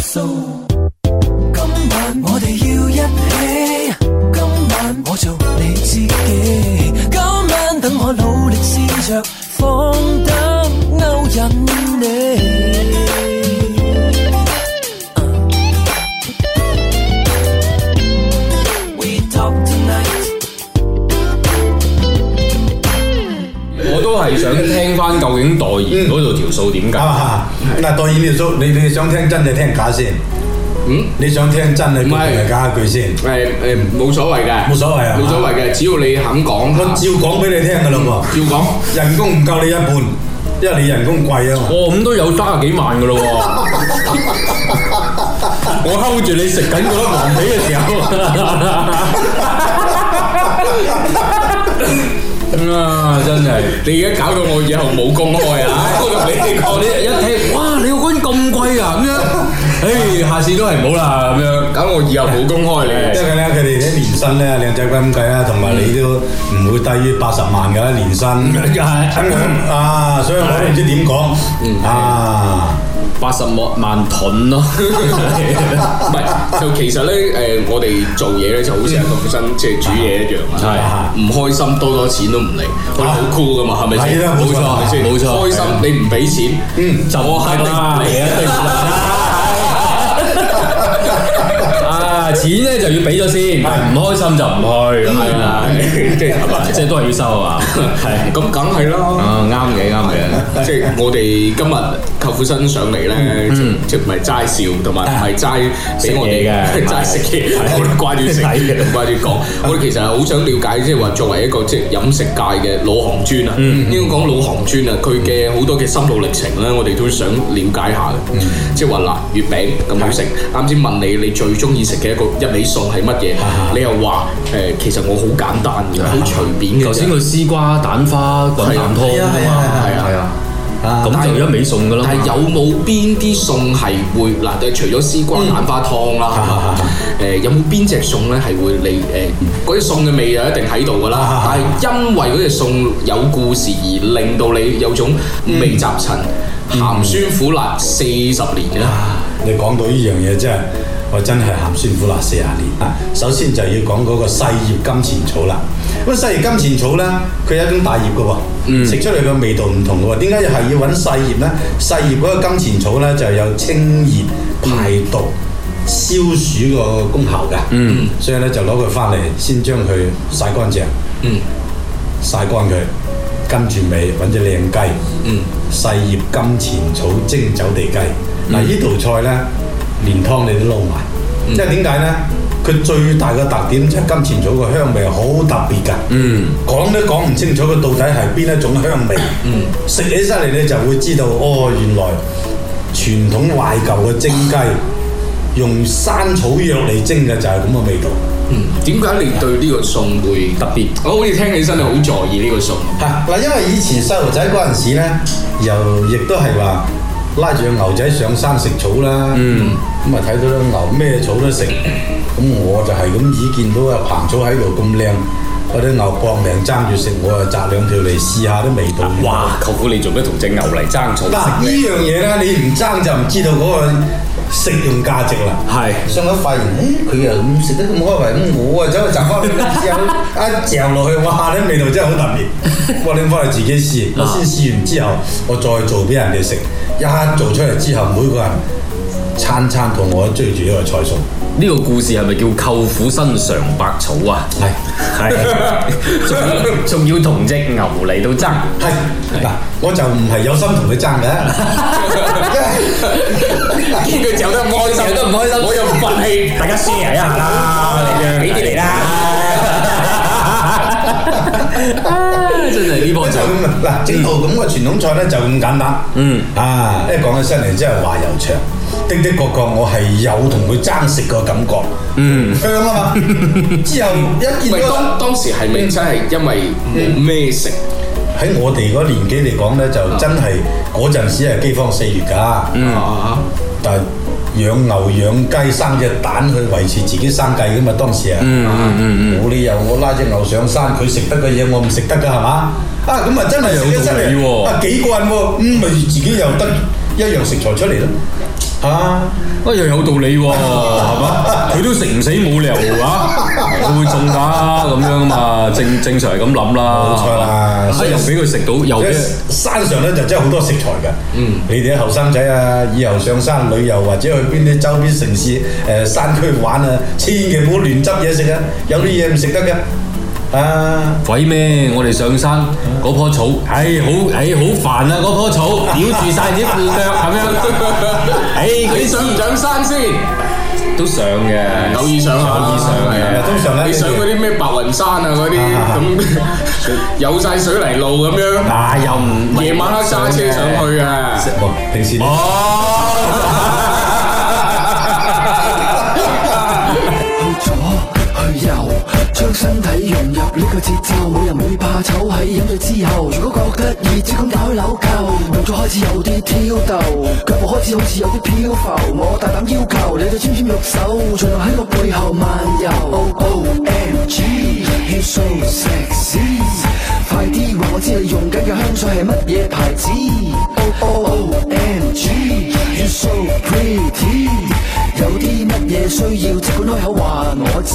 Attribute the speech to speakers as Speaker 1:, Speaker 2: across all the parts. Speaker 1: 数。今晚我哋要一起，今晚我做你知己。今晚等我努力試着放膽勾引你。We talk tonight.
Speaker 2: 我都係想聽翻究竟代言嗰度條數點計。
Speaker 3: 啊！嗱，導演你想你你想聽真定聽假先？
Speaker 4: 嗯，
Speaker 3: 你想聽真定
Speaker 4: 唔係
Speaker 3: 定假一句先？
Speaker 4: 誒誒冇所謂嘅，
Speaker 3: 冇所謂啊嗯
Speaker 4: 冇所謂嘅，只要你肯講，
Speaker 3: 我照講俾你聽噶啦喎，
Speaker 4: 照講。
Speaker 3: 人工唔夠你一半，因為你人工貴啊 嘛。
Speaker 2: 哦，咁都有三十幾萬噶咯喎！我睺住你食緊嗰粒黃皮嘅時候，啊，真係
Speaker 4: 你而家搞到我以後冇公開啊！我同你哋
Speaker 2: 我
Speaker 4: 講呢
Speaker 2: 哋一聽，哇！你個軍咁貴啊，咁樣，誒，下次都係唔好啦，咁樣，
Speaker 4: 搞我以後冇公開
Speaker 3: 因
Speaker 4: 你。
Speaker 3: 為咧，佢哋啲年薪咧，靚仔咁計啊啦，同埋你都
Speaker 4: 嗯
Speaker 3: 唔會低於八十萬噶啦年 薪。啊，所以我都唔知點講。
Speaker 4: 嗯
Speaker 3: 啊，
Speaker 2: 八十萬盾咯，
Speaker 4: 唔係，就其實咧，誒，我哋做嘢咧就好似一個本身即係煮嘢一樣啊，唔開心多咗錢都唔嚟，我哋好 cool 噶嘛，係咪先？
Speaker 3: 係啦冇錯
Speaker 4: 係咪先
Speaker 2: 啊冇錯啊
Speaker 4: 開心你唔俾錢，
Speaker 3: 嗯
Speaker 4: 就我係
Speaker 2: 啦
Speaker 4: 你一定唔
Speaker 2: 啊，錢咧就要俾咗先，唔開心就唔去，係啦，
Speaker 4: 即係係咪？
Speaker 2: 即係都係要收啊，
Speaker 4: à.
Speaker 2: 係。
Speaker 4: 咁梗係啦。
Speaker 2: 啊，啱嘅，啱嘅。
Speaker 4: 即係我哋今日舅父新上嚟咧，即係唔係齋笑，同埋唔係齋俾我哋
Speaker 2: 食嘢嘅
Speaker 4: 齋食嘢，
Speaker 2: 係
Speaker 4: 我哋掛住食，
Speaker 2: 係嘅
Speaker 4: 唔掛住講。我哋其實係好想了解，即係話作為一個即係飲食界嘅老行專啊，應該講老行專啊，佢嘅好多嘅心路歷程咧，我哋都想了解下嘅。即係話嗱，月餅咁好食，啱先問你你最中意食嘅一個一味餸係乜嘢？你又話誒，其實我好簡單嘅，好隨
Speaker 5: 啊
Speaker 4: 便嘅啫。
Speaker 2: 頭先佢絲瓜蛋花滾
Speaker 4: 係啊
Speaker 2: 蛋湯
Speaker 3: 係啊
Speaker 2: 啊
Speaker 3: 係啊
Speaker 2: 嘛，
Speaker 4: 係啊
Speaker 2: 係啊，咁就一味餸噶啦嘛。
Speaker 4: 但係有冇邊啲餸係會嗱？除咗絲瓜蛋花 湯啦，誒有冇邊只餸咧係會你誒嗰啲餸嘅味就一定喺度㗎啦？但係因為嗰隻餸有故事而令到你有種味雜陳
Speaker 2: 嗯
Speaker 4: 鹹酸苦辣四十年嘅，
Speaker 2: 啊
Speaker 3: 啊你講到呢樣嘢真係，我真係鹹酸苦辣四廿年啊！首先就要講嗰個細葉金錢草啦。咁細葉金錢草咧，佢有一種大葉嘅喎，食、出嚟嘅味道唔同嘅喎。點解係要揾細葉咧？細葉嗰個金錢草咧就有清熱排毒。消暑個功效嘅，嗯，所以咧就攞佢翻嚟，先將佢曬乾淨，
Speaker 4: 嗯，
Speaker 3: 曬乾佢，跟住尾揾只靚雞，嗯，細葉金錢草蒸走地雞。嗱、呢道菜咧，連湯你都撈埋，即係點解咧？佢最大嘅特點就係金錢草個香味好特別㗎，嗯，講都講唔清楚佢到底係邊一種香味，嗯，食起身嚟你就會知道，哦，原來傳統懷舊嘅蒸雞用山草藥嚟蒸嘅就係咁嘅味道。
Speaker 4: 嗯，點解你對呢個餸會
Speaker 2: 特別？
Speaker 4: 我好似聽起身你好在意呢個餸。
Speaker 3: 嚇嗱，因為以前細路仔嗰陣時咧，又亦都係話拉住個牛仔上山食草啦，咁啊睇到啲牛咩草都食，咁我就係咁已見到啊棚草喺度咁靚，嗰啲牛搏命爭住食，我啊摘兩條嚟試下啲味道。
Speaker 2: 哇！舅父，你做咩同只牛嚟爭草
Speaker 3: 嗱，呢
Speaker 2: 食咧？
Speaker 3: 樣嘢咧，你唔爭就唔知道嗰個食用價值啦。
Speaker 2: 係
Speaker 3: 上咗發現，誒佢又咁食得咁開胃，咁我啊走去摘翻佢之後，一嚼落去，哇！啲味道真係好特別。我拎翻去自己試，我先試完之後，我再做俾人哋食。一做出嚟之後，每個人餐餐同我追住呢個菜餸。
Speaker 2: 呢個故事係咪叫舅父身上百草啊？
Speaker 3: 係
Speaker 2: 係， 仲要仲要同只牛嚟到爭。
Speaker 3: 係嗱，我就唔係有心同佢爭嘅。
Speaker 4: 見佢走得唔開
Speaker 2: 走
Speaker 4: 心，
Speaker 2: 得唔開心
Speaker 4: 我又唔忿氣。
Speaker 2: 大家 share 一下啦， 俾啲嚟啦！真係呢幫仔
Speaker 3: 我就咁啊！嗱，整道咁嘅傳統菜咧就咁簡單。
Speaker 2: 嗯
Speaker 3: 啊，一講起身嚟真係話悠長，的的確確我係有同佢爭食個感覺。嗯，香啊嘛！之後一
Speaker 4: 唔
Speaker 3: 見
Speaker 4: 係
Speaker 3: 到
Speaker 4: 當當時係咪真係因為冇咩食？
Speaker 3: 喺我哋嗰年紀嚟講咧，就真係嗰陣時係饑荒四月㗎。
Speaker 4: 啊
Speaker 3: 但係養牛養雞生隻蛋去維持自己生計㗎嘛，當時啊，
Speaker 4: 嗯
Speaker 3: 冇理由我拉隻牛上山，佢食得嘅嘢我唔食得㗎係嘛？啊咁啊真係食得出
Speaker 2: 有道理
Speaker 3: 嚟
Speaker 2: 喎
Speaker 3: 嗯啊幾過癮喎，咁咪自己又得一樣食材出嚟咯。啊，
Speaker 2: 啊，又有道理喎，係嘛？佢都食唔死冇理由啊，佢會中㗎咁樣啊嘛，正正常係咁諗啦。
Speaker 3: 冇錯啦
Speaker 2: 啊
Speaker 3: 所以
Speaker 2: 又俾佢食到，又
Speaker 3: 即
Speaker 2: 俾
Speaker 3: 係山上咧就真係好多食材㗎。嗯，你哋啲後生仔啊，以後上山旅遊或者去邊啲周邊城市誒、呃山區玩啊，千祈唔好亂執嘢食啊，有啲嘢唔食得㗎。啊，
Speaker 2: 鬼咩？我哋上山嗰棵草，唉，好唉好煩啊！嗰棵草繞住晒啲褲腳咁樣，唉，嗰
Speaker 4: 你
Speaker 2: 啲
Speaker 4: 上唔上山先？
Speaker 2: 都上嘅，
Speaker 4: 偶爾上下，
Speaker 2: 偶爾上
Speaker 4: 係
Speaker 2: 嘅
Speaker 4: 啊。
Speaker 3: 通常咧
Speaker 4: 你上嗰啲咩白雲山啊嗰啲咁，有晒水泥路咁樣，
Speaker 2: 啊，又唔
Speaker 4: 夜晚黑揸車上去啊！
Speaker 3: 食喎平時你
Speaker 1: 去左去右，將身體融入呢個節奏，冇人會怕醜。喺飲醉之後，如果覺得熱，即管搞去扭臼，動作開始有啲挑逗，腳步開始好似有啲漂浮。我大膽要求你對纖纖玉手，盡量喺我背後漫遊。O O M G，you so sexy，快啲話我知你用緊嘅香水係乜嘢牌子？O O M G，you so pretty，有啲乜嘢需要即管開口話我知。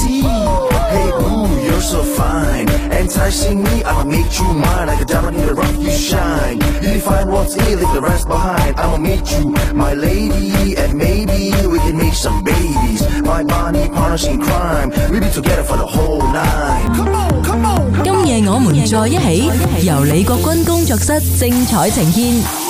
Speaker 5: Hey ooh, you're so fine. Enticing me, I'ma make you mine. Like a diamond in the rough, you shine. You define what's in, leave the rest behind. I'ma meet you, my lady, and maybe we can make some babies. My body partners in crime. We be together for the whole night.
Speaker 6: 今夜我們在一起，由李國君工作室精彩呈現。